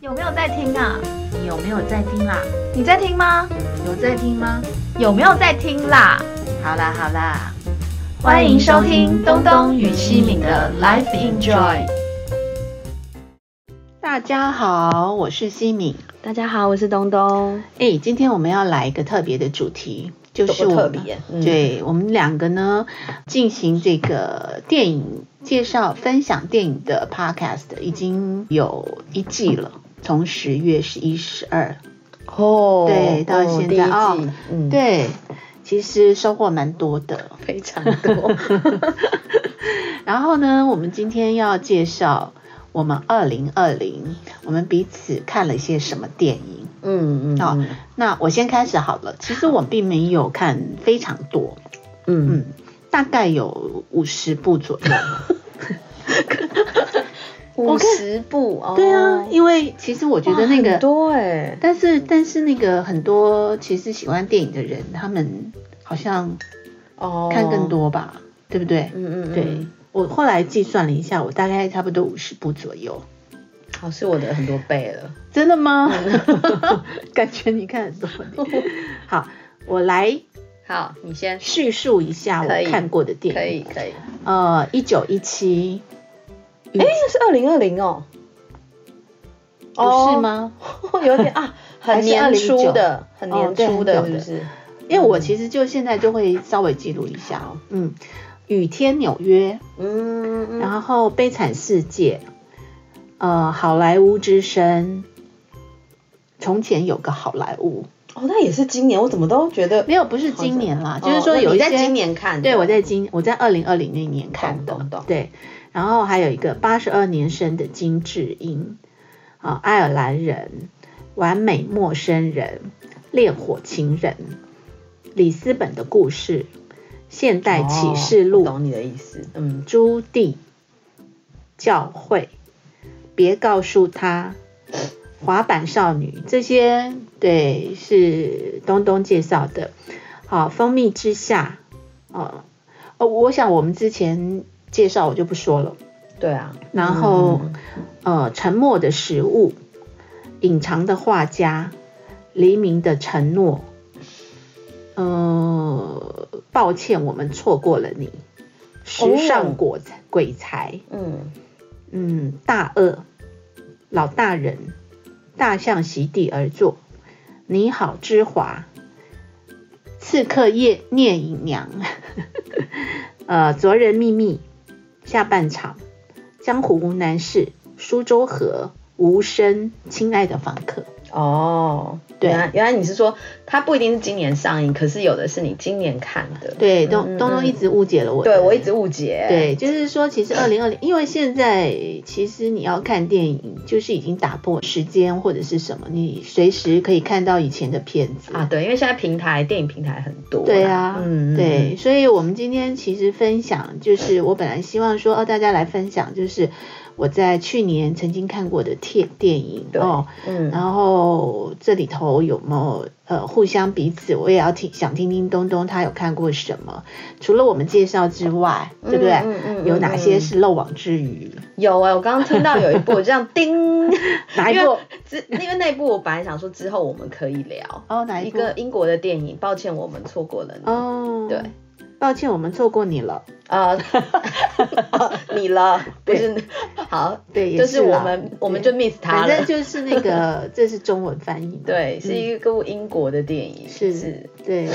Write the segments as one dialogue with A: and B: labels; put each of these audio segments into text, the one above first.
A: 有没有在听啊？
B: 你有没有在听啦？
A: 你在听啊吗？
B: 有在听吗？
A: 有没有在听啦？
B: 好啦好啦，
A: 欢迎收听东东与西敏的 Life Enjoy。
B: 大家好，我是西敏。
C: 大家好，我是东东。
B: 哎，今天我们要来一个特别的主题，就是
C: 多
B: 我
C: 特
B: 们
C: 别嗯
B: 对我们两个呢进行这个电影介绍、分享电影的 podcast 已经有一季了，从十月、十一、十二，
C: 哦
B: 对到现在
C: 哦第一季
B: 哦
C: 嗯，，
B: 对，其实收获蛮多的。
C: 非常多。
B: 然后呢，我们今天要介绍我们二零二零，我们彼此看了些什么电影。
C: 嗯嗯
B: 好
C: 嗯
B: 那我先开始好了。其实我并没有看非常多，
C: 嗯，
B: 嗯，大概有五十部左 右。
C: 五十部哦，
B: 对啊，因为其实我觉得那
C: 哇
B: 个
C: 很多哎，
B: 但是但是那个很多其实喜欢电影的人，他们好像
C: 哦，
B: 看更，多吧，对不对？
C: 嗯嗯，嗯
B: 对，我后来计算了一下，我大概差不多五十部左右。
C: 好哦是我的很多倍了。
B: 真 的吗？感觉你看很多。好，我来
C: 好，你先，
B: 叙述一下我
C: 可以
B: 看过的电影。
C: 可以可以。
B: 呃，一九一七，嗯
C: 哎，那是二零二零哦，
B: 不是？吗？
C: 有点 啊，很年初的，很年初的，
B: 哦
C: 是
B: 对
C: 不是？
B: 因为我其实就现在就会稍微记录一下哦。嗯，《雨天纽约》，
C: 嗯嗯
B: 然后《悲惨世界》，呃，《好莱坞之声》，从前有个好莱坞，
C: 哦，那也是今年，我怎么都觉得
B: 没有，不是今年啦，就是说
C: 哦
B: 有一
C: 你
B: 些、
C: 在今年看的，
B: 对，我在今我在二零二零那年看的
C: 懂懂懂，
B: 对，然后还有一个八十二年生的金智英，啊、爱尔兰人，完美陌生人，烈火情人，里斯本的故事，现代启示录，
C: 哦懂你的意思，嗯，
B: 朱棣，教会，别告诉他，滑板少女这些，对，是东东介绍的。好，蜂蜜之下，哦，哦，我想我们之前介绍我就不说了。
C: 对啊，
B: 然后
C: 嗯
B: 呃，沉默的食物，隐藏的画家，黎明的承诺，呃，抱歉，我们错过了你，时尚果鬼才，
C: 嗯，
B: 嗯，大鳄，老大人，大象席地而坐，你好之华，刺客聂聂隐娘， 呃，昨人秘密，下半场，江湖无难事，苏州河，无声，亲爱的访客，
C: 哦，
B: 对
C: 原来原来你是说它不一定是今年上映，可是有的是你今年看的，
B: 对，
C: 嗯
B: 东
C: 嗯
B: 东东一直误解了我，
C: 对我一直误解，
B: 对，就是说，其
C: 嗯
B: 实二零二零，因为现在其实你要看电影，就是已经打破时间或者是什么，你随时可以看到以前的片子
C: 啊，。对，因为现在平台电影平台很多啦，
B: 对啊，
C: 嗯，
B: 对，所以我们今天其实分享，就是我本来希望说，哦，大家来分享，就是我在去年曾经看过的电电影
C: 对
B: 哦，
C: 嗯，嗯，
B: 然后这里头有没有呃互相彼此，我也要听想听听东东他有看过什么，除了我们介绍之外，对不对？
C: 嗯嗯嗯
B: 有哪些
C: 嗯
B: 是漏网之鱼？
C: 有哎、我刚刚听到有一部这样 叮，
B: 哪一
C: 因
B: 部
C: 为？之因为那一部我本来想说之后我们可以聊
B: 哦，哪
C: 一
B: 一部
C: 个英国的电影，抱歉我们错过了你，
B: 哦，
C: 对，
B: 抱歉，我们错过你了。
C: 啊、 哦你了，不是好，
B: 对，也
C: 就是
B: 啦
C: 我们我们就 miss 他
B: 反
C: 了
B: 正。就是 那个，这是中文翻译嘛。
C: 对，是
B: 嗯
C: 一部英国的电影，
B: 是对。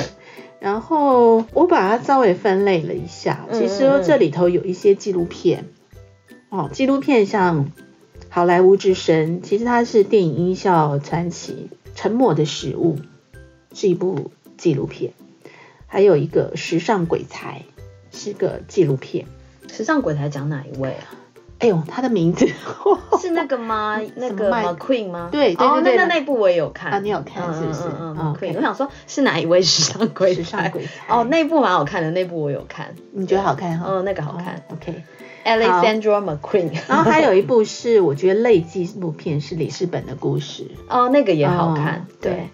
B: 然后我把它稍微分类了一下，
C: 嗯
B: 其
C: 嗯
B: 实
C: 嗯
B: 这里头有一些纪录片，哦，纪录片像《好莱坞之声》，其实它是电影音效传奇，《沉默的食物》是一部纪录片，还有一个《时尚鬼才》是个纪录片。
C: 时尚鬼才讲哪一位啊？
B: 哎呦，他的 名字
C: 是哦那个吗？那个
B: 哦麦
C: McQueen 吗？
B: 对对
C: 哦，那
B: 对对
C: 那那部我也有看
B: 啊你有看
C: 嗯
B: 是不是
C: 嗯嗯
B: 哦
C: 嗯，McQueen，
B: OK
C: 我想说是哪一位时尚鬼才？
B: 时尚鬼才
C: 哦，那部蛮好看的，那部我有看，
B: 你觉得好看哈、
C: 嗯，那个好看
B: 哦，OK。
C: ，Alexandra McQueen，
B: 然哦后还有一部是我觉得类纪录片是里斯本的故事，
C: 哦，那个也好看
B: 嗯，对，，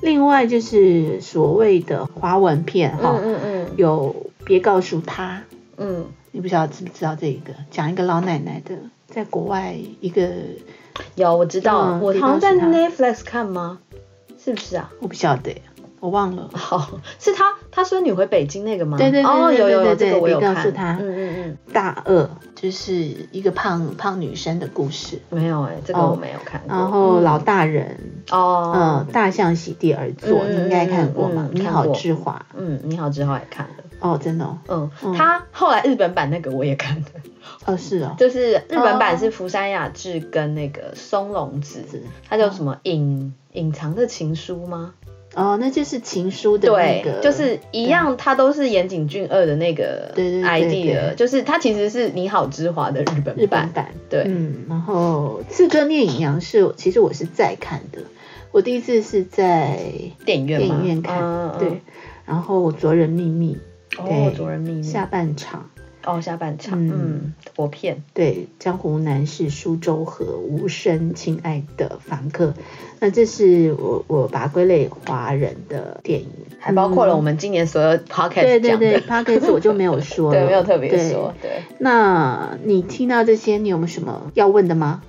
B: 另外就是所谓的华文片哈、
C: 嗯嗯
B: 有别告诉他，
C: 嗯嗯，
B: 你不知道知不知道这一个？讲一个老奶奶的，在国外一个
C: 有，我知道，
B: 嗯
C: 我
B: 第八
C: 好像在
B: 是他
C: Netflix 看吗？是不是啊？
B: 我不晓得，我忘了。
C: 好，是他他孙女回北京那个吗？
B: 对对对
C: 哦，
B: 对
C: 有有
B: 对
C: 有，
B: 对
C: 这个我有
B: 你告
C: 看。
B: 诉他
C: 嗯嗯
B: 大二就是一个胖胖女生的故事，
C: 嗯，没有哎，这个
B: 哦
C: 我没有看过。嗯
B: 然后老大人，
C: 哦
B: 嗯，，大象席地而坐，
C: 嗯
B: 你应该看过
C: 嗯
B: 吧
C: 嗯？
B: 你
C: 看
B: 好，
C: 过
B: 志华，
C: 嗯，你好之后也看了。
B: 哦，真的哦，
C: 嗯
B: 嗯，
C: 他后来日本版那个我也看了，
B: 哦是哦，
C: 就是日本版
B: 哦
C: 是福山雅治跟那个松隆子，
B: 是
C: 他叫什么隐隐藏的情书吗？
B: 哦，那就是情书的那
C: 对
B: 个，，
C: 就是一样，他都是岩井俊二的那个
B: 对对对
C: idea，
B: 对
C: 就是他其实是你好之华的日
B: 日
C: 本
B: 本
C: 版，
B: 版，
C: 对
B: 嗯，然后《刺客聂隐娘》是，其实我是在看的，我第一次是在
C: 电影院
B: 电
C: 吗
B: 影院看，
C: 嗯嗯
B: 对，然后《卓人秘密
C: 哦
B: 对，
C: 卓人秘》密
B: 下半场，
C: 哦下半场，
B: 嗯
C: 嗯，国片，
B: 对，江湖男士苏州河无声，亲爱的房客，那这是我我把它归类华人的电影，
C: 还包括了
B: 嗯
C: 我们今年所有 podcast
B: 对对
C: 讲的
B: 对 p o c a s t 我就没有说了，
C: 对，没有特别
B: 对
C: 说，对。
B: 那你听到这些，你有没有什么要问的吗？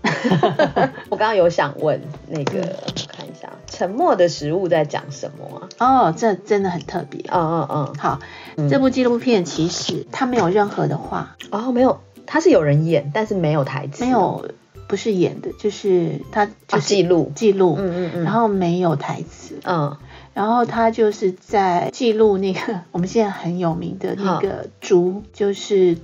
C: 我刚刚有想问那个，
B: 嗯
C: 我看一下《沉默的食物》在讲什么啊？
B: 哦，这真的很特别。
C: 嗯嗯
B: 好，
C: 嗯
B: 这部纪录片其实它没有任何的话，
C: 嗯，哦，没有，它是有人演，但是没有台词，
B: 没有不是演的，就是它就
C: 啊
B: 是
C: 记录，
B: 记录，
C: 嗯嗯嗯，
B: 然后没有台词，
C: 嗯
B: 然后它就是在记录那个 我们现在很有名的那个猪，就是。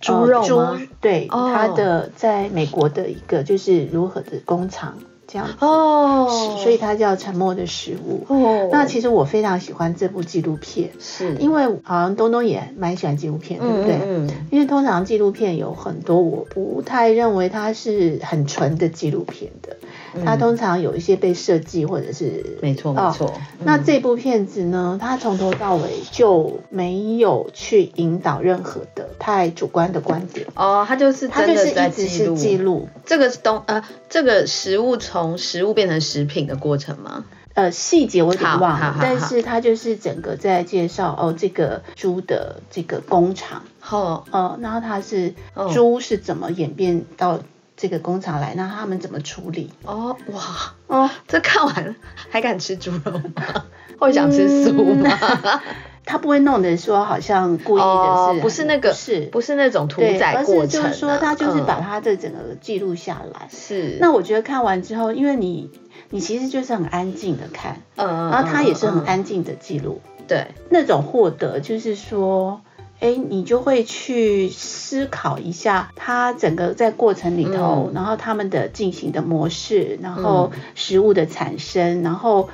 C: 猪肉
B: 呃猪
C: 吗
B: 对，
C: 哦
B: 它的在美国的一个就是如何的工厂这样子，
C: 哦
B: 是，所以它叫《沉默的食物》。
C: 哦，
B: 那其实我非常喜欢这部纪录片，
C: 是
B: 因为好像东东也蛮喜欢纪录片，对不对？
C: 嗯嗯
B: 因为通常纪录片有很多，我不太认为它是很纯的纪录片的，
C: 嗯
B: 它通常有一些被设计或者是
C: 嗯没错
B: 哦
C: 没错，
B: 那
C: 嗯
B: 这部片子呢，它从头到尾就没有去引导任何的太主观的观点，
C: 哦，它就是
B: 它
C: 真
B: 就是
C: 的在
B: 一直是记
C: 记录
B: 录，
C: 这个东呃这个食物从食物变成食品的过程吗？
B: 呃，细节我有点
C: 好
B: 忘
C: 好
B: 了
C: 好，
B: 但是它就是整个在介绍哦，这个猪的这个工厂，
C: 哦，
B: 呃，然后它是
C: 哦
B: 猪是怎么演变到这个工厂来，那他们怎么处理？
C: 哦哇，
B: 哦，
C: 这看完了还敢吃猪肉吗？会想吃素吗？
B: 嗯他不会弄得说好像故意的
C: 哦
B: 是，
C: 不是那个
B: 是
C: 不是那种屠
B: 对，
C: 宰
B: 而
C: 过
B: 是
C: 程
B: 就
C: 啊、
B: 是说他就是把
C: 嗯
B: 他的整个记录下来。
C: 是嗯
B: 那我觉得看完之后，因为你你其实就是很安静的看，
C: 嗯，
B: 然后他也是很
C: 嗯
B: 安静的记录，
C: 嗯对
B: 那种获得就是说。哎，你就会去思考一下，他整个在过程里头，
C: 嗯
B: 然后他们的进行的模式，然后食物的产生，然后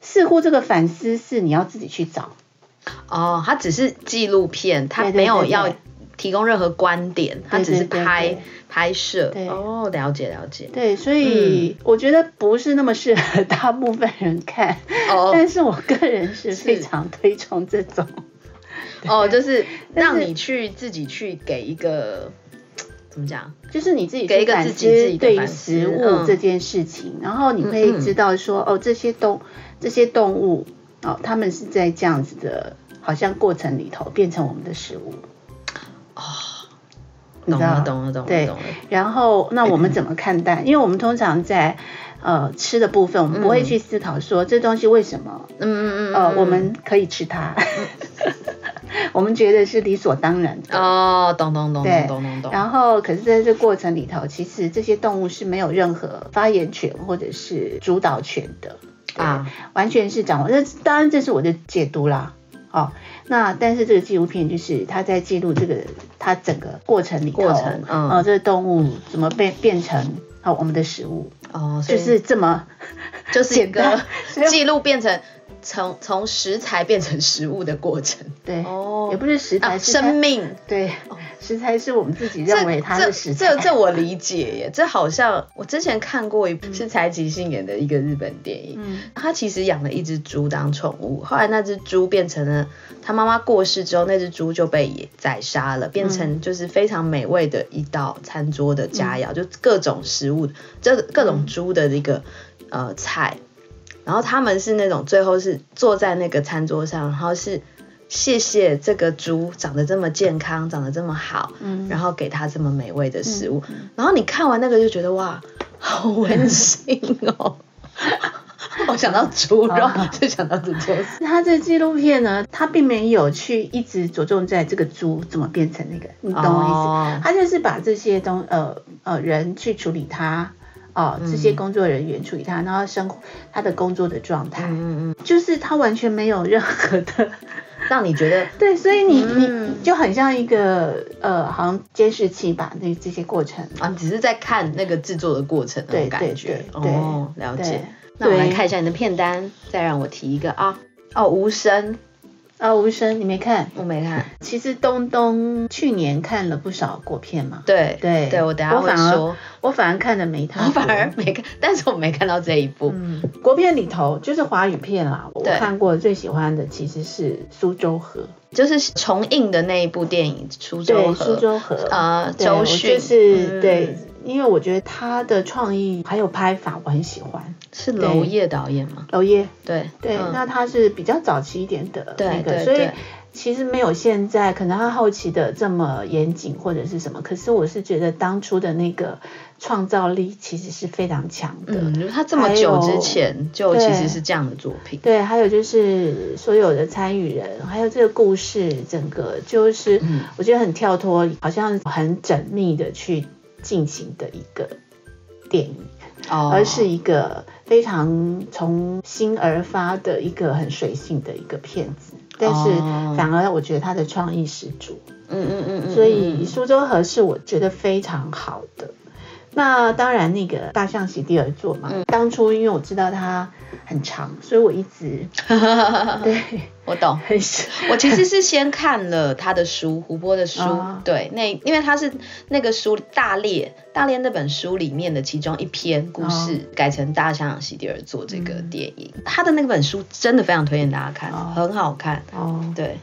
B: 似乎这个反思是你要自己去找，
C: 哦，它只是纪录片，它
B: 对对
C: 没有
B: 对对
C: 要提供任何观点，它只是
B: 对对对
C: 拍
B: 对
C: 拍摄
B: 对
C: 哦，了解了解
B: 对，所以我觉得不是那么适合大部分人看，
C: 哦
B: 但是我个人是非常推崇这 种，
C: 哦，就是
B: 但是
C: 让你去自己去给一个怎么讲
B: 就是你自己
C: 给
B: 去
C: 一个
B: 反
C: 自己自己
B: 思
C: 的
B: 对于
C: 反思
B: 食物
C: 嗯
B: 这件事情，然后你会
C: 嗯嗯
B: 知道说，哦，这些动这些动物，哦，它们是在这样子的，好像过程里头变成我们的食物。你
C: 哦懂
B: 知道
C: 了懂了懂了
B: 对
C: 懂了，
B: 然后，那我们怎么看待？因为我们通常在呃吃的部分，我们不会
C: 嗯
B: 去思考说、这东西为什么
C: 嗯嗯嗯
B: 呃，
C: 嗯
B: 我们可以吃它， 我们觉得是理所当然的。
C: 哦，懂懂懂
B: 对
C: 懂懂懂懂，
B: 然后，可是在这过程里头，其实这些动物是没有任何发言权或者是主导权的，
C: 啊，
B: 完全是掌握。这当然这是我的解读啦。哦，那但是这个纪录片就是他在记录这个它整个过程里头，
C: 过程嗯
B: 呃，这个动物怎么变变成啊、我们的食物，
C: 哦，所
B: 就
C: 以
B: 是这么
C: 就是一
B: 简单
C: 个记录变成从从食材变成食物的过程
B: 对，
C: 哦
B: 也不是食材，
C: 啊，
B: 是它
C: 生命。
B: 对，食材是我们自己
C: 这
B: 认为它
C: 这
B: 的食材。
C: 这这 我理解耶，这好像我之前看过一部是柴崎幸演的一个日本电影，
B: 嗯，
C: 他其实养了一只猪当宠物，后来那只猪变成了他妈妈过世之后，那只猪就被也宰杀了，变
B: 嗯
C: 成就是非常美味的一道餐桌的佳肴，就各种食物，这各
B: 嗯
C: 种猪的一个呃菜，然后他们是那种最后是坐在那个餐桌上，然后是谢谢这个猪长得这么健康，长得这么好，
B: 嗯
C: 然后给它这么美味的食物，
B: 嗯
C: 然后你看完那个就觉得哇，好温馨 哦。我想到猪肉，
B: 啊
C: 就想到这件事。
B: 他这纪录片呢，他并没有去一直着重在这个猪怎么变成那个，你懂我意思？
C: 哦
B: 他就是把这些东呃呃人去处理他，哦、
C: 嗯
B: 这些工作人员处理他，然后生活他的工作的状态，
C: 嗯嗯嗯，
B: 就是他完全没有任何的
C: 让你觉得
B: 对，所以你、
C: 嗯
B: 你就很像一个呃，好像监视器吧，那这些过程，
C: 啊，你只是在看那个制作的过程那
B: 对
C: 种
B: 对
C: 感
B: 对
C: 觉。
B: 对
C: 哦，了
B: 对
C: 解。。那我们来
B: 对
C: 看一下你的片单，再让我提一个啊。哦，无声，
B: 啊，无声，你没看？
C: 我没看。
B: 其实东东去年看了不少国片嘛，
C: 对
B: 对
C: 对，我等一下
B: 我
C: 会
B: 反而
C: 说，
B: 我反而看的没他
C: 我
B: 多，
C: 反而没看，但是我没看到这一部。
B: 嗯，国片里头就是华语片啦，我
C: 对
B: 看过最喜欢的其实是《苏州河》，
C: 就是重映的那一部电影《苏州
B: 对，《
C: 河》，
B: 苏州河》
C: 呃，
B: 对
C: 周
B: 我
C: 迅
B: 就是、
C: 嗯
B: 对，因为我觉得他的创意还有拍法我很喜欢。
C: 是娄烨导演吗？
B: 娄烨，
C: 对
B: 对，
C: 哦嗯
B: 那他是比较早期一点的
C: 对
B: 那个，
C: 对
B: 所以
C: 对
B: 其实没有现在可能他后期的这么严谨或者是什么，可是我是觉得当初的那个创造力其实是非常强的。
C: 嗯，他这么久之前就其
B: 对
C: 实是这样的作品，
B: 对，还有就是所有的参与人，还有这个故事，整个就是
C: 嗯
B: 我觉得很跳脱，好像很缜密的去进行的一个电影，
C: 哦，
B: 而是一个非常从心而发的一个很随性的一个片子。但是
C: 哦
B: 反而我觉得他的创意十足，
C: 嗯嗯嗯嗯，
B: 所以
C: 嗯
B: 苏州河是我觉得非常好的。那当然，那个大象席地而坐嘛，
C: 嗯
B: 当初因为我知道它很长，所以我一 直对
C: 我懂。
B: 很喜
C: 我其实是先看了他的书，胡波的书，
B: 哦
C: 对，那因为他是那个书《大列》《大列》那本书里面的其中一篇
B: 啊
C: 故事、改成《大象席地而坐》这
B: 嗯
C: 个电影，他的那本书真的非常推荐大家看，
B: 哦
C: 很好看。
B: 哦。
C: 对，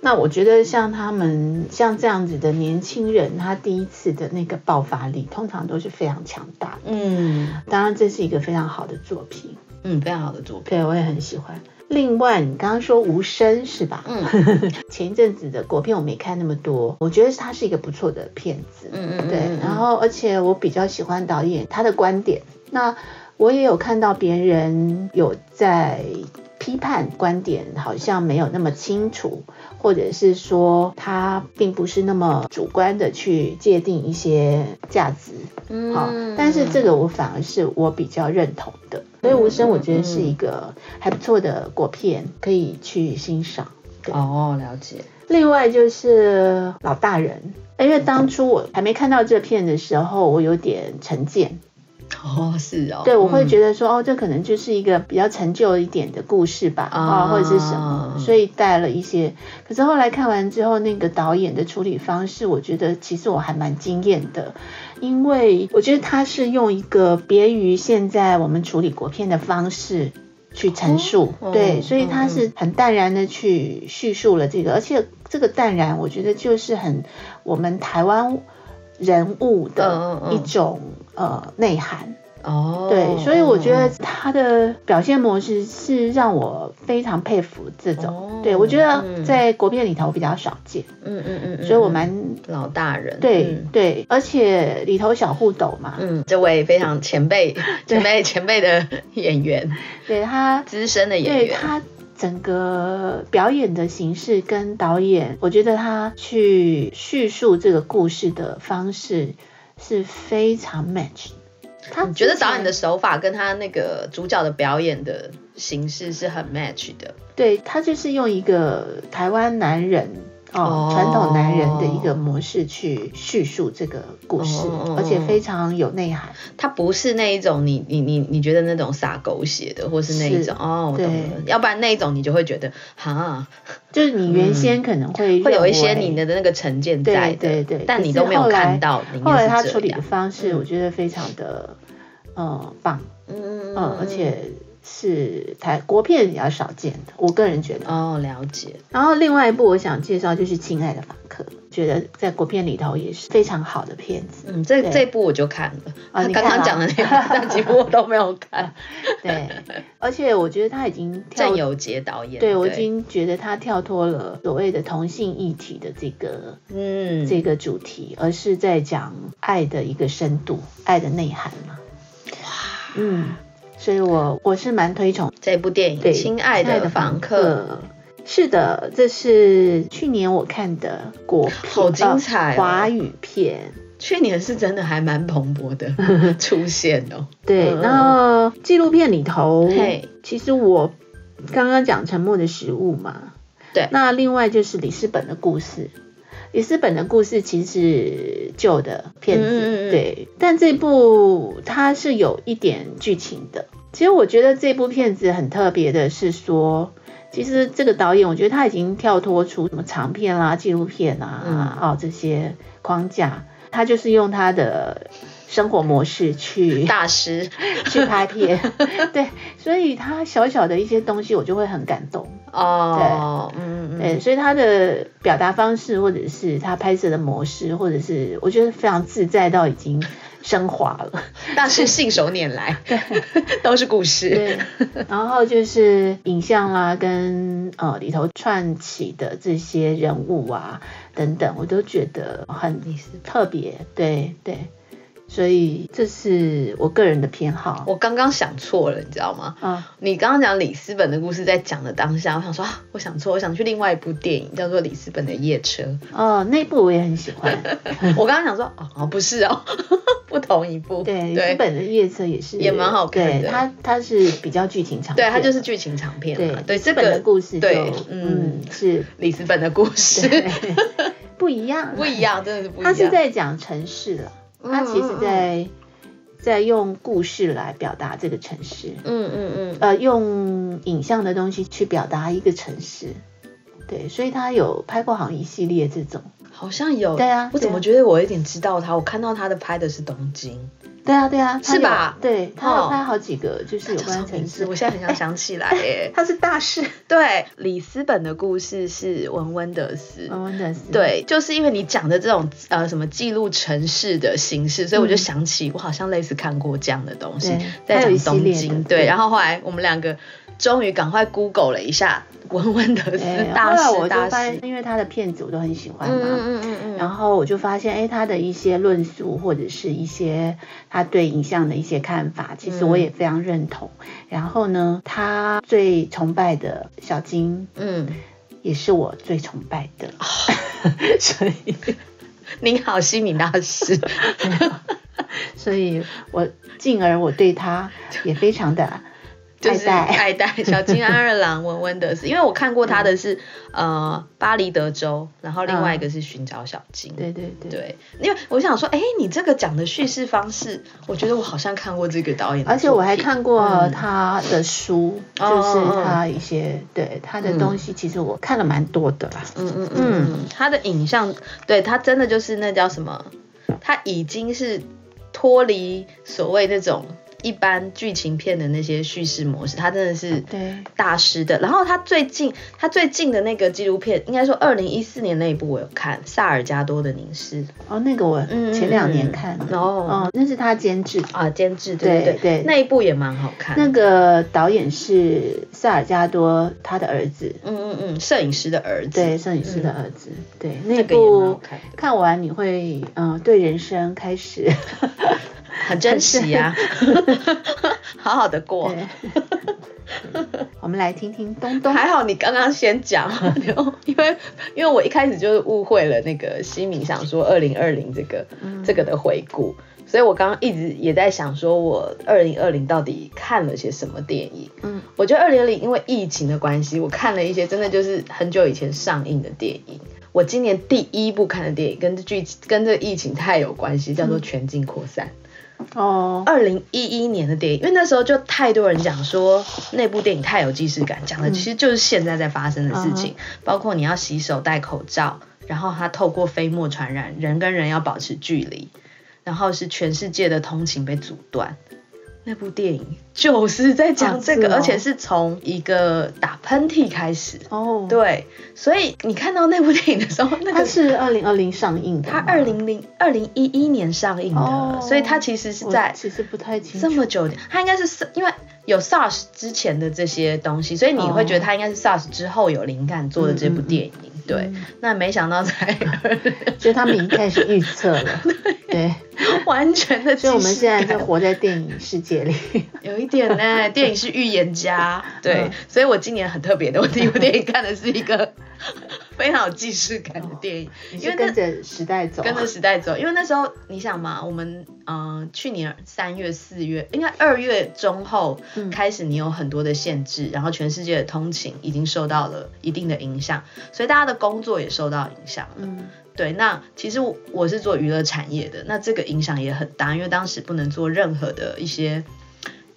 B: 那我觉得像他们像这样子的年轻人，他第一次的那个爆发力，通常都是非常强大的。
C: 嗯
B: 当然，这是一个非常好的作品，
C: 嗯，非常好的作品。
B: 对我也很喜欢。另外，你刚刚说无声是吧？
C: 嗯
B: 前一阵子的国片我没看那么多，我觉得它是一个不错的片子。
C: 嗯嗯，嗯
B: 对
C: 嗯，
B: 然后而且我比较喜欢导演他的观点。那我也有看到别人有在批判观点，好像没有那么清楚，或者是说他并不是那么主观的去界定一些价值
C: 嗯嗯
B: 啊、但是这个我反而是我比较认同的，所以无声我觉得是一个还不错的国片，可以去欣赏。对
C: 哦，了解。
B: 另外就是老大人，因为当初我还没看到这片的时候，我有点成见，
C: 哦，是哦。
B: 对我会觉
C: 得，
B: 得说，哦，这可能就是一个比较陈旧一点的故事吧，啊、
C: 啊
B: 或者是什么，所以带了一些。可是后来看完之后，那个导演的处理方式，我觉得其实我还蛮惊艳的，因为我觉得他是用一个别于现在我们处理国片的方式。去陈述，
C: 哦
B: 对，
C: 嗯
B: 所以他是很淡然的去叙述了这个，而且这个淡然，我觉得就是很我们台湾人物
C: 嗯
B: 的
C: 嗯嗯
B: 一种、呃内涵，
C: 哦，
B: 对，所以我觉得
C: 嗯
B: 他的表现模式是让我非常佩服这种。
C: 哦
B: 对我觉得
C: 嗯
B: 在国片里头比较少见，
C: 嗯嗯嗯嗯，
B: 所以我蛮、
C: 老大人。
B: 对、
C: 嗯
B: 对，而且里头小互斗嘛，
C: 嗯，这位非常前辈、前辈、前辈的演员，
B: 对他，
C: 资深的演
B: 对
C: 员，
B: 他。整个表演的形式跟导演，我觉得他去叙述这个故事的方式是非常 match 的。他
C: 你觉得
B: 之前
C: 导演的手法跟他那个主角的表演的形式是很 match 的？
B: 对他就是用一个台湾男人哦
C: 哦，
B: 传统男人的一个模式去叙述这个故事，
C: 哦哦哦
B: 而且非常有内涵。
C: 他不是那一种你你你你觉得那种撒狗血的，或是那一
B: 是
C: 种哦，我懂了
B: 对，
C: 要不然那一种你就会觉得哈，
B: 就是你原先可能会、
C: 嗯会有一些你的。那个成见在的，
B: 哎对对对
C: 但
B: 可
C: 你
B: 是
C: 都没有
B: 后来
C: 看到，里
B: 后来
C: 面
B: 他
C: 是
B: 处
C: 这
B: 理的
C: 样，
B: 方式，
C: 嗯
B: 我觉得非常的，呃，棒，
C: 嗯嗯
B: 嗯，而且是台国片比较少见的，我个人觉得。
C: 哦，了解，
B: 然后另外一部我想介绍就是《亲爱的访客》，觉得在国片里头也是非常好的片子。
C: 嗯，这
B: 对
C: 这部我就看了，
B: 啊
C: 他
B: 你
C: 刚
B: 看
C: 刚
B: 了
C: 讲的那部那几部我都没有看，
B: 对，而且我觉得他已经跳
C: 郑有杰导演，
B: 对，我已经觉得他跳脱了所谓的同性议题的这个、
C: 嗯，
B: 这个主题，而是在讲爱的一个深度、爱的内涵嘛。嗯，所以我我是蛮推崇
C: 这部电影
B: 对
C: 《亲爱的房客》。
B: 客。是的，这是去年我看的国片，
C: 好精彩哦
B: 呃华语片。
C: 去年是真的还蛮蓬勃 的出现哦。
B: 对，
C: 嗯
B: 然后纪录片里头
C: 嘿，
B: 其实我刚刚讲《沉默的食物》嘛，
C: 对
B: 那另外就是里斯本的故事。里斯本的故事其实是旧的片子，
C: 嗯嗯嗯
B: 对，但这部它是有一点剧情的。其实我觉得这部片子很特别的是说，其实这个导演我觉得他已经跳脱出什么长片啦、纪录片
C: 嗯
B: 啊、哦这些框架，他就是用他的生活模式去
C: 大 师，
B: 去拍片，对，所以他小小的一些东西我就会很感动，
C: 哦，嗯嗯嗯，
B: 对，所以他的表达方式或者是他拍摄的模式，或者是我觉得非常自在到已经升华了，
C: 大师信手拈 来，都是故事。
B: 对，然后就是影像啦、跟呃里头串起的这些人物啊等等，我都觉得很
C: 你是
B: 特别，对对，所以这是我个人的偏好
C: 我刚刚想错了，你知道吗？
B: 啊。
C: 你刚刚讲里斯本的故事，在讲的当下，我想说啊，我想错，我想去另外一部电影，叫做《里斯本的夜车》。
B: 哦，那部我也很喜欢，
C: 我刚刚想说，哦，不是哦， 不同一部。
B: 对，日
C: 对，
B: 本的夜色也是
C: 也蛮好看的
B: 对，它它是比较剧情长片，
C: 对，它就是剧情长片嘛。对，
B: 对，
C: 这
B: 日本的
C: 个
B: 故事就
C: 对嗯
B: 嗯 是
C: 里斯本的故事
B: 不一样， 啊
C: 不一样，嗯真的是不一样。
B: 它是在讲城市了，它其实在在用故事来表达这个城市，
C: 嗯嗯嗯，
B: 呃，用影像的东西去表达一个城市。对，所以他有拍过好像一系列这种，
C: 好像有。
B: 对啊
C: 我怎么觉得我有点知道他？我看到他的拍的是东京，
B: 对啊对啊，他
C: 是
B: 有
C: 吧
B: 对，他有
C: 哦
B: 拍好几个，就是有
C: 叫什
B: 关
C: 么名
B: 城
C: 字？
B: 市
C: 我，现在很想想起来 耶。
B: 他是大师，
C: 对，里斯本的故事是文温德斯。
B: 文文的，
C: 对，就是因为你讲的这种呃什么记录城市的形式，所以我就想起我好像类似看过这样的东西
B: 嗯对，
C: 在
B: 它
C: 讲
B: 有一系
C: 东
B: 列的
C: 京。
B: 对
C: 对，然后后来我们两个终于赶快 Google 了一下文温德斯
B: 对，
C: 大
B: 后来我
C: 师
B: 就
C: 大
B: 发现
C: 师，，
B: 因为他的片子我都很喜欢
C: 嗯
B: 嘛，
C: 嗯嗯嗯嗯，
B: 然后我就发现，哎，他的一些论述或者是一些他对影像的一些看法，其
C: 嗯
B: 实我也非常认同。然后呢，他最崇拜的小金
C: 嗯，
B: 也是我最崇拜 的，所 以
C: 嗯您好，心理大 师，
B: 所以我进而我对他也非常的
C: 就
B: 爱
C: 是
B: 戴。
C: 爱戴小金安二郎文温德斯，因为我看过他的是
B: 嗯
C: 呃巴黎德州，然后另外一个是寻找小金，
B: 对对对。
C: 对，因为我想说，哎、你这个讲的叙事方式，我觉得我好像看过这个导演的
B: 而且我还看过
C: 嗯
B: 他的书，
C: 哦
B: 就是
C: 哦哦
B: 他一些对他的
C: 嗯
B: 东西，其实我看了蛮多的啦。
C: 作品，嗯嗯嗯嗯，他的影像，对他真的就是那叫什么，他已经是脱离所谓那种一般剧情片的那些叙事模式，他真的是
B: 啊对，
C: 大师的。然后他最近他最近的那个纪录片，应该说二零一四年那一部我有看，《萨尔加多的凝视》
B: 哦，那个我
C: 嗯
B: 前两年看的，
C: 嗯哦
B: 哦，那是他监制，
C: 啊，监制对
B: 对
C: 对
B: 对
C: 那一部也蛮好看。
B: 那个导演是塞尔加多他的儿子，
C: 嗯嗯嗯，摄影师的儿子，
B: 对，摄影师的儿子，对，那
C: 嗯这个也蛮好
B: 部
C: 看的。
B: 看完你会嗯、呃对人生 开始
C: 很珍惜呀、 好好的过。
B: 对。 我们来听听东东，
C: 还好你刚刚先 讲，因为因为我一开始就是误会了那个西米，想说二零二零这个、
B: 嗯
C: 这个的回顾，所以我刚刚一直也在想说，我二零二零到底看了些什么电影？
B: 嗯，
C: 我觉得二零二零因为疫情的关系，我看了一些真的就是很久以前上映的电影。我今年第一部看的电影跟这剧跟这个疫情太有关系，
B: 嗯
C: 叫做《全境扩散》。
B: 哦，
C: 二零一一年的电影，因为那时候就太多人讲说那部电影太有既视感，讲的其
B: 嗯
C: 实就是现在在发生的事情，包括你要洗手、戴口罩，然后它透过飞沫传染，人跟人要保持距离，然后是全世界的通勤被阻断。那部电影就是在讲这个，
B: 啊是哦
C: 而且是从一个打喷嚏开始。
B: 哦，，
C: 对，所以你看到那部电影的时候，那
B: 他
C: 个
B: 是二零二零上映的
C: 它
B: 吗，
C: 二零零二零一一年上映的，
B: 哦
C: 所以它其实是
B: 我
C: 在
B: 其实不太清楚，
C: 这么久，它应该是 SARS- 因为有
B: 嗯
C: SARS 之前的这些东西，所以你会觉得它应该是 SARS 之后有灵感做的这部电影。对，那没想到才
B: 所以他们已经开始预测 了，对，
C: 完全的，
B: 所以我们现在就活在电影世界里。
C: 有一点呢，电影是预言家，
B: 嗯
C: 对，所以我今年很特别的，我 第一部电影看的是一个 非常有既视感的电影，
B: 哦你
C: 因为
B: 是
C: 那
B: 跟着时代走啊，
C: 跟着时代走，因为那时候你想嘛，我们呃去年三月、四月，应该二月中后、
B: 嗯
C: 开始，你有很多的限制，然后全世界的通勤已经受到了一定的影响，所以大家的工作也受到影响了。
B: 嗯
C: 对，那其实我我是做娱乐产业的，那这个影响也很大，因为当时不能做任何的一些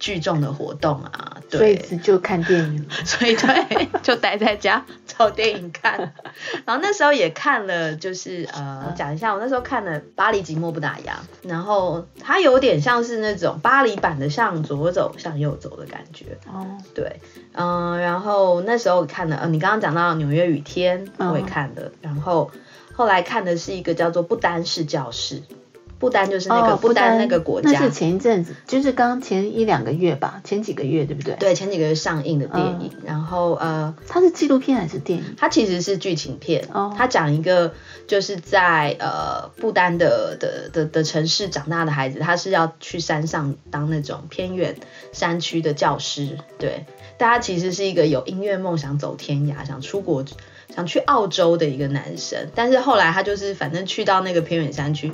C: 聚众的活动啊，
B: 所以
C: 对，
B: 只就看电影了。
C: 所 以对，就待在家找电影看。然后那时候也看了，就是呃，讲一下，我那时候看了《巴黎寂寞不打烊》，然后它有点像是那种巴黎版的向左走向右走的感觉。
B: 哦，
C: 对，嗯、然后那时候看了，呃，你刚刚讲到《纽约雨天》，
B: 嗯
C: 我也看了，然后后来看的是一个叫做《不丹式教室》。不丹就是那个、
B: 哦
C: 不丹那个国家，
B: 那是前一阵子，就是刚前一两个月吧，前几个月对不对？，
C: 对前几个月上映的电
B: 嗯
C: 影，然后呃，
B: 它是纪录片还是电影？
C: 它其实是剧情片，
B: 哦
C: 它讲一个就是在呃不丹的呃的的的城市长大的孩子，他是要去山上当那种偏远山区的教师，对，但他其实是一个有音乐梦想走天涯，想出国。想去澳洲的一个男生，但是后来他就是反正去到那个偏远山区，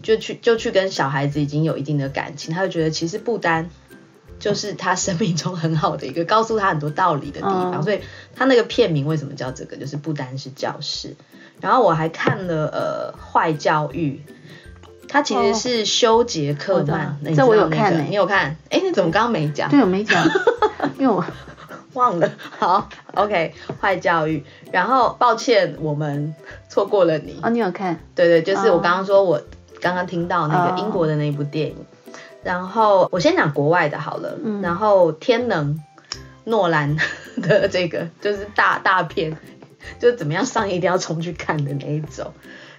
C: 就去就去跟小孩子已经有一定的感情，他就觉得其实不丹就是他生命中很好的一个告诉他很多道理的地方，
B: 嗯
C: 所以他那个片名为什么叫这个，就是不丹是教室。然后我还看了呃坏教育，它其实是修杰克曼
B: 哦，
C: 那你
B: 这
C: 知
B: 我
C: 道
B: 有
C: 那
B: 看
C: 个
B: 欸
C: 你有看？哎，那怎么刚刚没讲？
B: 对，我没 讲，因为我
C: 忘了。 好，OK，坏教育。然后抱歉，我们错过了你。
B: 哦，你有看？
C: 对对，就是我
B: 哦
C: 刚刚说，我刚刚听到那个
B: 哦
C: 英国的那一部电影。然后我先讲国外的好了，
B: 嗯
C: 然后《天能》诺兰的这个就是大大片，就怎么样上一定要冲去看的那一种。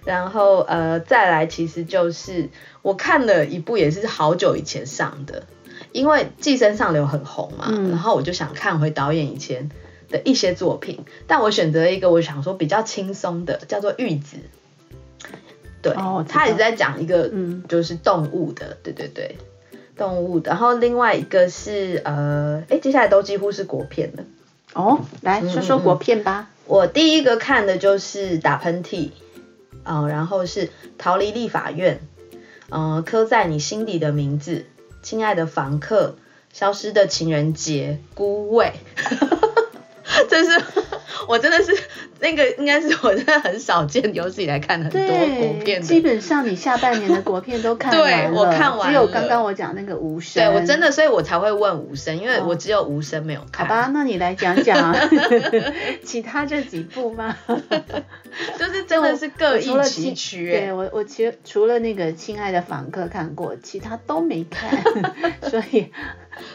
C: 然后呃，再来其实就是我看了一部也是好久以前上的，因为《寄生上流》很红嘛，
B: 嗯
C: 然后我就想看回导演以前的一些作品，但我选择了一个我想说比较轻松的，叫做《玉子》。对，
B: 哦我知道
C: 他也是在讲一个
B: 嗯
C: 就是动物的，对对对，动物的。然后另外一个是呃，哎，接下来都几乎是国片了。
B: 哦，来说说国片吧。
C: 我第一个看的就是《打喷嚏》，嗯、然后是《逃离立法院》，嗯、刻在你心底的名字》，《亲爱的房客》，《消失的情人节》，《孤味》， 这是我真的是那个应该是我真的很少见，有史以来看嗯很多国片的
B: 基本上你下半年的国片都看
C: 对
B: 完了
C: 我看完
B: 只有
C: 了
B: 刚刚我讲那个无声。
C: 对我真的，所以我才会问无声，因为我只有无声没有
B: 嗯好
C: 看。
B: 吧，那你来 讲讲其他这几部吗？
C: 就是真的是各异
B: 我除了
C: 崎
B: 亲
C: 岖、
B: 对
C: 欸。
B: 我，我其实除了那个《亲爱的访客》看过，其他都没 看，所以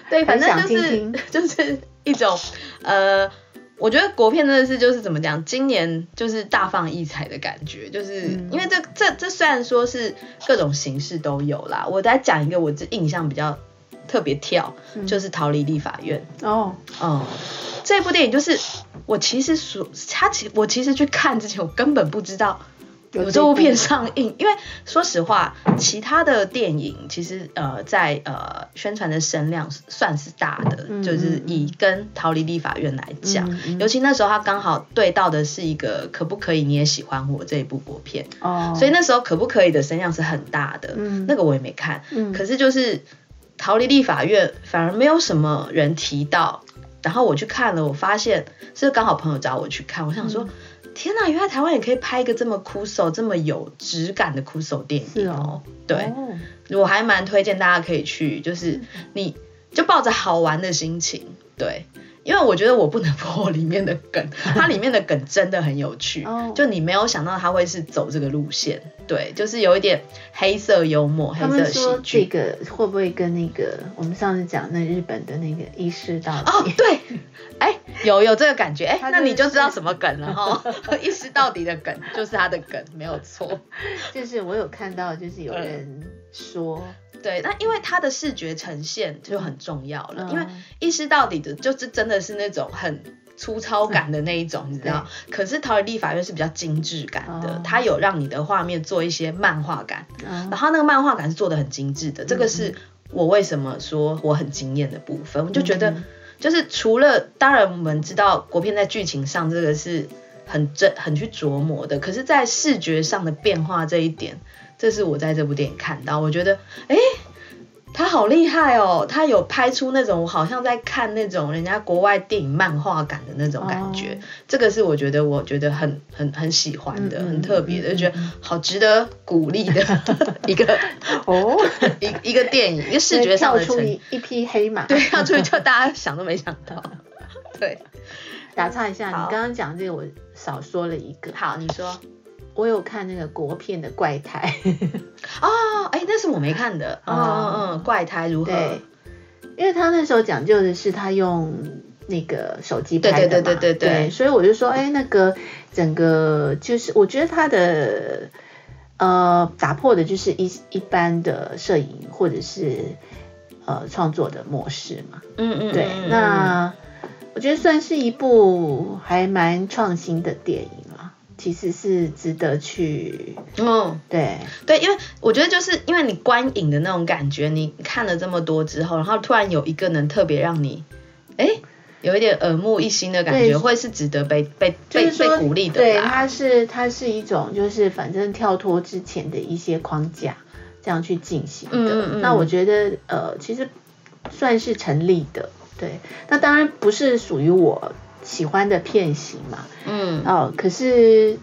C: 对，反正
B: 很
C: 就
B: 想
C: 是
B: 听
C: 就是一种呃，我觉得国片真的是就是怎么讲，今年就是大放异彩的感觉，就是、
B: 嗯
C: 因为这这这虽然说是各种形式都有啦，我再讲一个我这印象比较特别跳，
B: 嗯
C: 就是《逃离立法院》。
B: 哦，
C: 嗯，这部电影就是我其实所他其我其实去看之前，我根本不知道有这部片上映，因为说实话，其他的电影其实呃在呃宣传的声量是算是大的，
B: 嗯
C: 就是以跟《逃离立法院》来讲。
B: 嗯嗯
C: 尤其那时候，他刚好对到的是一个“可不可以你也喜欢我”这一部国片，
B: 哦，
C: 所以那时候“可不可以”的声量是很大的。
B: 嗯
C: 那个我也没看，
B: 嗯
C: 可是就是逃离立法院，反而没有什么人提到。然后我去看了，我发现是刚好朋友找我去看，我想
B: 嗯
C: 说，天哪，原来台湾也可以拍一个这么酷手、这么有质感的酷手电
B: 是
C: 影
B: 哦
C: 对，
B: 哦嗯
C: 我还蛮推荐大家可以去，就是你就抱着好玩的心情，对。因为我觉得我不能破里面的梗，它里面的梗真的很有趣
B: 哦
C: 就你没有想到它会是走这个路线，对，就是有一点黑色幽默、黑
B: 他们
C: 色喜
B: 说
C: 剧
B: 这。个会不会跟那个我们上次讲那日本的那个意识到底？
C: 哦，对，哎，有有这个感觉，哎，
B: 他
C: 那你
B: 真
C: 就
B: 的
C: 知道
B: 是
C: 什么梗了 哈，一识到底的梗就是他的梗，没有错。
B: 就是我有看到，就是
C: 嗯
B: 有人说，
C: 对，那因为他的视觉呈现就很重要了，
B: 嗯
C: 因为一识到底的，就是真的是那种很粗糙感的那一种，你知道？可是桃园立法院是比较精致感的，
B: 哦
C: 它有让你的画面做一些漫画感，
B: 嗯
C: 然后那个漫画感是做的很精致的，这个是我为什么说我很惊艳的部分，我就觉得
B: 嗯
C: 就是除了当然我们知道国片在剧情上这个是很真很去琢磨的，可是，在视觉上的变化这一点，这是我在这部电影看到，我觉得诶，他好厉害哦！他有拍出那种我好像在看那种人家国外电影漫画感的那种感觉，
B: 哦
C: 这个是我觉得我觉得很很很喜欢的，
B: 嗯嗯
C: 很特别的，
B: 嗯嗯
C: 就觉得好值得鼓励的 一个
B: 哦，
C: 一一个电影，一个 视觉上的
B: 跳出
C: 成
B: 一一匹黑马。
C: 对，要出去就大家想都没想 到。对，
B: 打岔一下，
C: 好
B: 你刚刚讲这个我少说了一个，
C: 好，你说
B: 我有看那个国片的怪胎，
C: 哦，哎、那是我没看的，嗯嗯
B: 哦
C: 嗯，怪胎如何？
B: 对，因为他那时候讲究的是他用那个手机
C: 对
B: 拍的
C: 对
B: 嘛，
C: 对对对对
B: 所以我就说，哎，那个整个就是我觉得他的呃打破的就是一一般的摄影或者是呃创作的模式嘛，
C: 嗯嗯，
B: 对，
C: 嗯嗯
B: 那我觉得算是一部还蛮创新的电影啦，其实是值得去
C: 嗯。
B: 对，
C: 对，因为我觉得就是因为你观影的那种感觉，你看了这么多之后，然后突然有一个能特别让你，哎，有一点耳目一新的感
B: 对
C: 觉，会是值得被被
B: 就是
C: 被
B: 说
C: 被鼓励的
B: 对，
C: 啦。
B: 它是它是一种就是反正跳脱之前的一些框架这样去进行的。
C: 嗯嗯嗯
B: 那我觉得呃，其实算是成立的。对，那当然不是属于我喜欢的片型嘛。
C: 嗯，
B: 哦，可是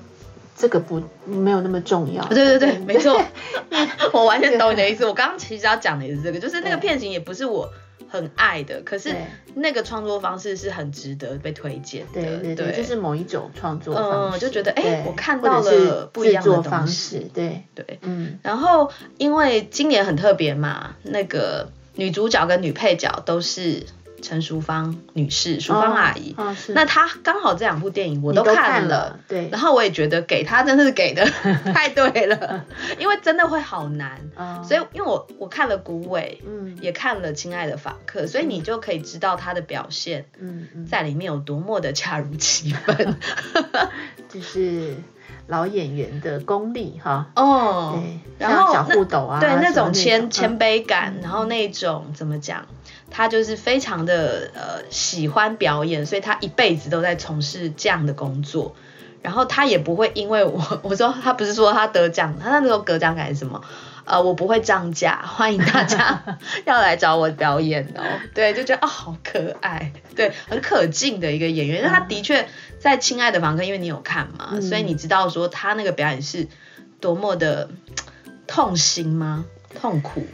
B: 这个不没有那么重要。
C: 对对对，没错， 我完全懂你 的意思。我刚刚其实要讲的也是这个，就是那个
B: 对
C: 片型也不是我很爱的，可是
B: 对
C: 那个创作方式是很值得被推荐的。
B: 对对对，就是某一种创作方
C: 嗯
B: 式，
C: 就觉得哎
B: 对
C: 我看
B: 或者
C: 到了
B: 是
C: 不一样的
B: 制作
C: 东
B: 方
C: 西
B: 式，对，
C: 对。
B: 嗯，
C: 然后因为今年很特别嘛，那个女主角跟女配角都是陈淑芳女士，淑芳阿姨。
B: 哦，哦是
C: 那她刚好这两部电影我
B: 你
C: 都
B: 都
C: 看了
B: 看了。，对，
C: 然后我也觉得给她真的是给 的太对了，因为真的会好难，
B: 哦
C: 所以因为我我看了古伟，
B: 嗯
C: 也看了《亲爱的法克》，所以你就可以知道她的表现
B: 嗯嗯，
C: 在里面有多么的恰如其 分。
B: 就是老演员的功力哈。
C: 哦，
B: 对，
C: 然
B: 像
C: 后
B: 小
C: 那
B: 护斗啊，
C: 对
B: 什么
C: 那
B: 那
C: 种谦
B: 种
C: 谦
B: 嗯
C: 卑感，然后那种怎么讲，他就是非常的呃喜欢表演，所以他一辈子都在从事这样的工作。然后他也不会因为我，我说他不是说他得奖，他那时候得奖感是什么？呃，我不会涨价， 欢迎大 家要来找我表演 哦。对，就觉得哦，好可爱，对，很可敬的一个演员。因为他的确在《亲爱的房客》，因为你有看嘛，
B: 嗯
C: 所以你知道说他那个表演是多么的痛心吗？痛苦，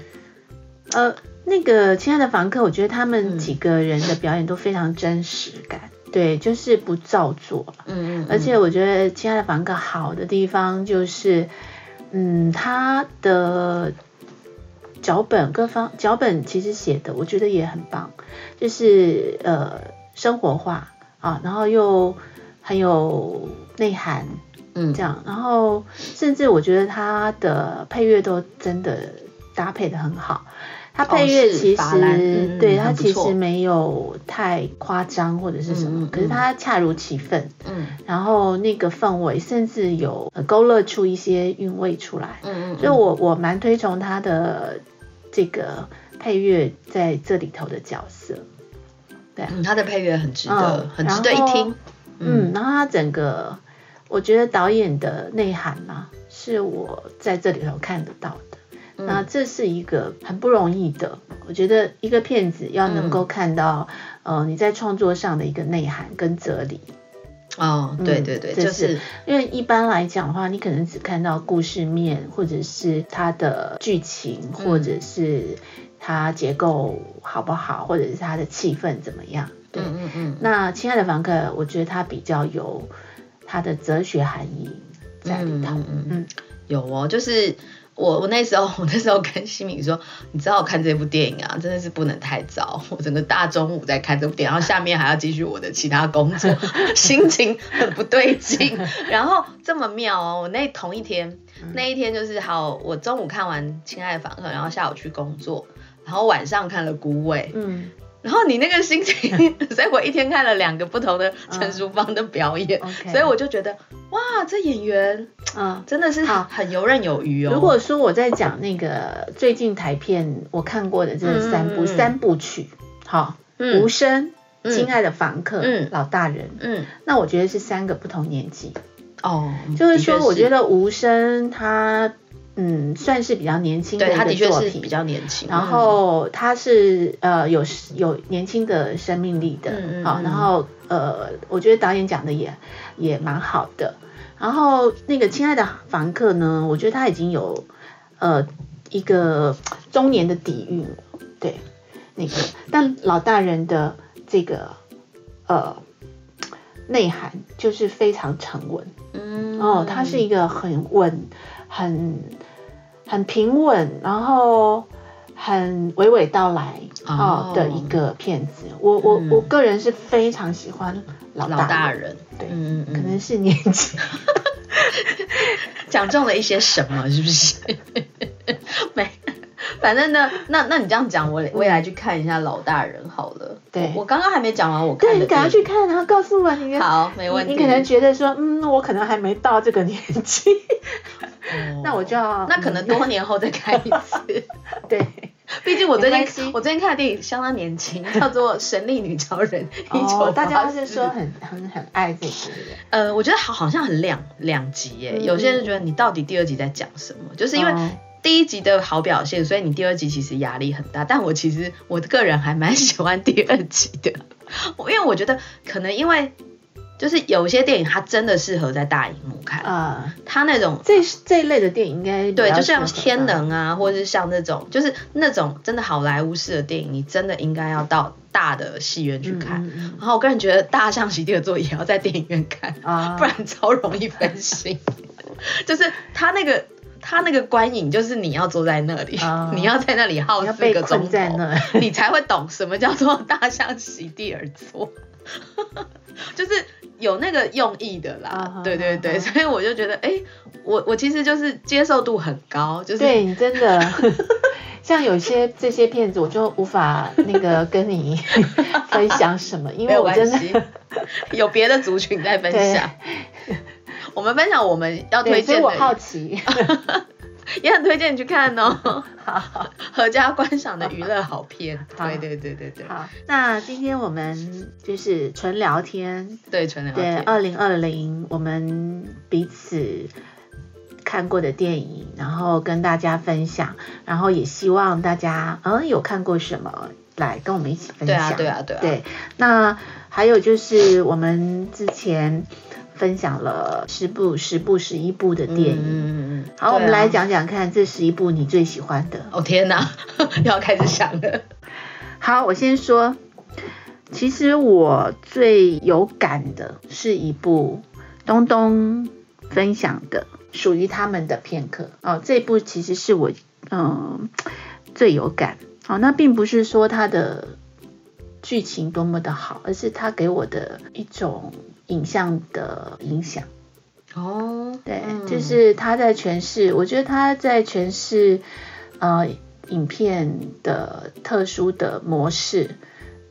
B: 呃，那个亲爱的房客，我觉得他
C: 嗯
B: 们几个人的表演都非常真实感，对，就是不造作了。
C: 嗯嗯，
B: 而且我觉得《亲爱的房客》好的地方就是，嗯，他的脚本各方脚本其实写的我觉得也很棒，就是呃生活化啊，然后又很有内涵
C: 嗯
B: 这样，然后甚至我觉得他的配乐都真的搭配的很好。他配
C: 哦
B: 乐
C: 是
B: 其实、
C: 法兰嗯嗯
B: 对他
C: 很不
B: 其
C: 错
B: 实没有太夸张或者是什
C: 嗯
B: 么，
C: 嗯
B: 可是他恰如其分，
C: 嗯
B: 然后那个氛围，甚至有呃勾勒出一些韵味出来。
C: 嗯嗯，
B: 所以我我蛮推崇他的这个配乐在这里头的角色，
C: 嗯，他的配乐很值得，
B: 嗯
C: 很值得一
B: 然后
C: 听，
B: 嗯，然后他整个我觉得导演的内涵嘛，是我在这里头看得到的。
C: 嗯
B: 那这是一个很不容易的，我觉得一个片子要能
C: 嗯
B: 够看到，呃，你在创作上的一个内涵跟哲理，
C: 哦，对
B: 嗯
C: 对对，
B: 这
C: 就是是
B: 因为一般来讲的话，你可能只看到故事面，或者是它的剧情，或者是它结构好不好，或者是它的气氛怎么样。对，
C: 嗯嗯嗯，
B: 那《亲爱的房客》，我觉得它比较有它的哲学含义在里头。
C: 嗯嗯
B: 嗯
C: 有哦，就是我我那时候 我那时候跟西敏说，你知道我看这部电影啊，真的是不能太早，我整个大中午在看这部电影，然后下面还要继续我的其他工 作，心情很不对劲。然后这么妙哦，我那同一天那一天就是好，我中午看完《亲爱的访客》，然后下午去工作，然后晚上看了《孤味》，
B: 嗯
C: 然后你那个心情， 所以我一天看了两个不同的陈淑芳的表演，
B: OK
C: 所以我就觉得哇，这演员
B: 嗯。
C: 真的是
B: 好
C: 很游刃有余哦。
B: 如果说我在讲那个最近台片我看过的这三部、
C: 嗯嗯嗯
B: 三部曲，好，无声、
C: 嗯
B: 亲爱的房客、
C: 嗯
B: 老大人，
C: 嗯
B: 那我觉得是三个不同年纪，
C: 哦，
B: 就是
C: 的确
B: 说，我觉得无声他嗯算是比较年轻的
C: 对他的
B: 一个
C: 确
B: 作
C: 是
B: 品
C: 比，较年轻，嗯
B: 然后他是呃有有年轻的生命力的，
C: 嗯嗯
B: 好，
C: 嗯
B: 然后呃，我觉得导演讲的也也蛮好的。然后那个亲爱的房客呢，我觉得他已经有呃一个中年的底蕴了，对，那个但老大人的这个呃内涵就是非常沉稳，
C: 嗯
B: 哦，他是一个很稳、很很平稳，然后很娓娓道来
C: 哦
B: 哦的一个骗子。我我、
C: 嗯
B: 我个人是非常喜欢老
C: 老
B: 大
C: 大
B: 人，
C: 人，
B: 对
C: 嗯嗯嗯，
B: 可能是年纪，
C: 讲中了一些什么，是不是？ 没，反正呢，那那你这样讲，我我也来去看一下老大人好了。
B: 对
C: 我我刚刚还没讲完，我看
B: 哎对
C: 的
B: 你赶快去看，然后告诉我你的。
C: 好，没问题。
B: 你你可能觉得说，嗯，我可能还没到这个年纪，
C: 哦
B: 那我就要嗯
C: 那可能多年后再看一次。
B: 对，
C: 毕竟我最
B: 没关系
C: 近我最近看的电影相当年轻，叫做《神力女超 人》， 一九
B: 哦大家都是说很很很爱自己的，
C: 呃，我觉得好好像很两两极耶，
B: 嗯
C: 有些人觉得你到底第二集在讲什么，就是因为
B: 哦
C: 第一集的好表现，所以你第二集其实压力很大。但我其实我个人还蛮喜欢第二集的， 我因为我觉得可能因为就是有些电影它真的适合在大荧幕看，
B: 啊、
C: 它那种
B: 这这一类的电影应该比
C: 对，
B: 较
C: 就
B: 适合
C: 像天
B: 吧
C: 能啊，或者是像那种，就是那种真的好莱坞式的电影，你真的应该要到大的戏院去看。
B: 嗯嗯嗯
C: 然后我个人觉得《大象席地而坐》也要在电影院看，
B: 啊
C: 不然超容易分 心。就是他那个他那个观影，就是你要坐在那里，
B: 啊
C: 你要在那里耗
B: 你要
C: 四
B: 被
C: 个钟
B: 困在
C: 头，
B: 那
C: 你才会懂什么叫做大象席地而坐， 就是有那个用意的
B: 啊
C: 啦。
B: 哈
C: 对对对，
B: 啊哈
C: 所以我就觉得，哎、我我其实就是接受度很高，就是
B: 对你真 的，像有些这些片子，我就无法那个跟你 分享 什么，因
C: 没
B: 为
C: 有
B: 我
C: 关
B: 真的
C: 系，有别的族群在分
B: 对
C: 享。 我们分享我们要推
B: 对，所以
C: 荐
B: 我
C: 的
B: 好奇。
C: 也很推荐你去看哦。合家观赏的娱乐好片。
B: 好
C: 对对对对对，
B: 好，那今天我们就是纯聊天，
C: 对纯聊
B: 对，
C: 天。
B: 二零二零我们彼此看过的电影，然后跟大家分享，然后也希望大家嗯有看过什么来跟我们一起分
C: 对
B: 享。
C: 啊对啊对啊
B: 对，那还有就是我们之前分享了十部、十部、十一部的电影。
C: 嗯嗯嗯。
B: 好，我们来。讲讲看这十一部你最喜欢的。
C: 哦天哪， 又要开始想了。
B: 好，我先说，其实我最有感的是一部东东分享的属于他们的片刻哦，这部其实是我嗯最有感。好、那并不是说它的剧情多么的好，而是它给我的一种影像的影响。
C: 哦，
B: 对，
C: 嗯
B: 就是他在诠释，我觉得他在诠释呃影片的特殊的模式，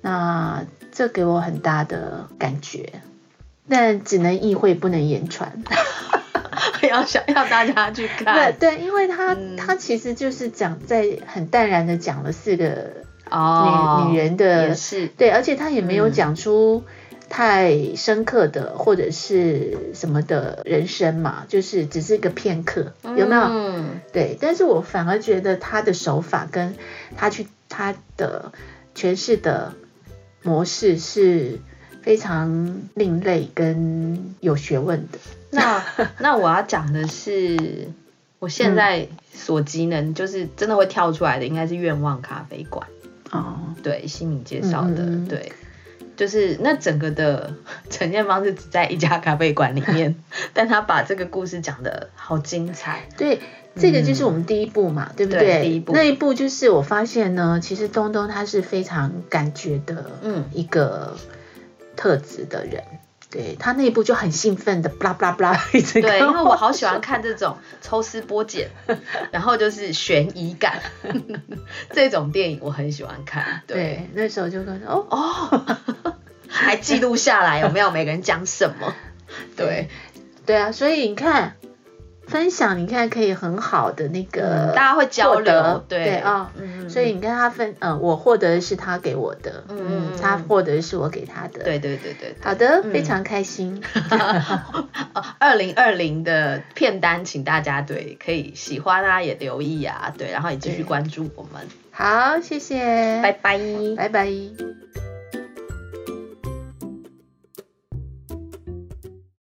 B: 那这给我很大的感觉，但只能意会不能言传。
C: 要想要大家去
B: 对
C: 看。
B: 对，因为他、
C: 嗯
B: 他其实就是讲在很淡然的讲了四个
C: 哦，
B: 女女人的
C: 也是。
B: 对，而且他也没有
C: 嗯
B: 讲出太深刻的、或者是什么的人生嘛，就是只是一个片刻，有没有？
C: 嗯
B: 对，但是我反而觉得他的手法跟他去他的诠释的模式是非常另类跟有学问的。
C: 那那我要讲的是，我现在所机能就是真的会跳出来的，应该是愿望咖啡馆。
B: 哦，
C: 对，西敏介绍的，
B: 嗯嗯嗯
C: 对，就是那整个的呈现方式只在一家咖啡馆里面， 但他把这个故事讲的好精彩，
B: 对，这个就是我们第一步嘛，对不
C: 嗯对第一步
B: 那一步就是我发现呢，其实东东他是非常感觉的
C: 嗯
B: 一个特质的人。对他那一部就很兴奋的，巴拉巴拉巴拉一直
C: 对，
B: 跟
C: 因为我好喜欢看这种抽丝剥茧，然后就是悬疑感 这种电影，我很喜欢看。
B: 对
C: 对，
B: 那时候就跟哦哦，
C: 还记录下来有没有每个人讲什么？对，
B: 对啊，所以你看分享，你看可以很好的那个
C: 嗯大家会交
B: 获得
C: 流，
B: 对啊。
C: 嗯
B: 所以你看他分，呃，我获得的是他给我的，
C: 嗯
B: 嗯，他获得的是我给他的，。
C: 对对对 对，
B: 好的，
C: 嗯
B: 非常开心。
C: 二零二零的片单，请大家对可以喜欢啊，也留意啊，对，然后也继续
B: 对
C: 关注我们，
B: 好，谢谢，
C: 拜拜
B: 拜拜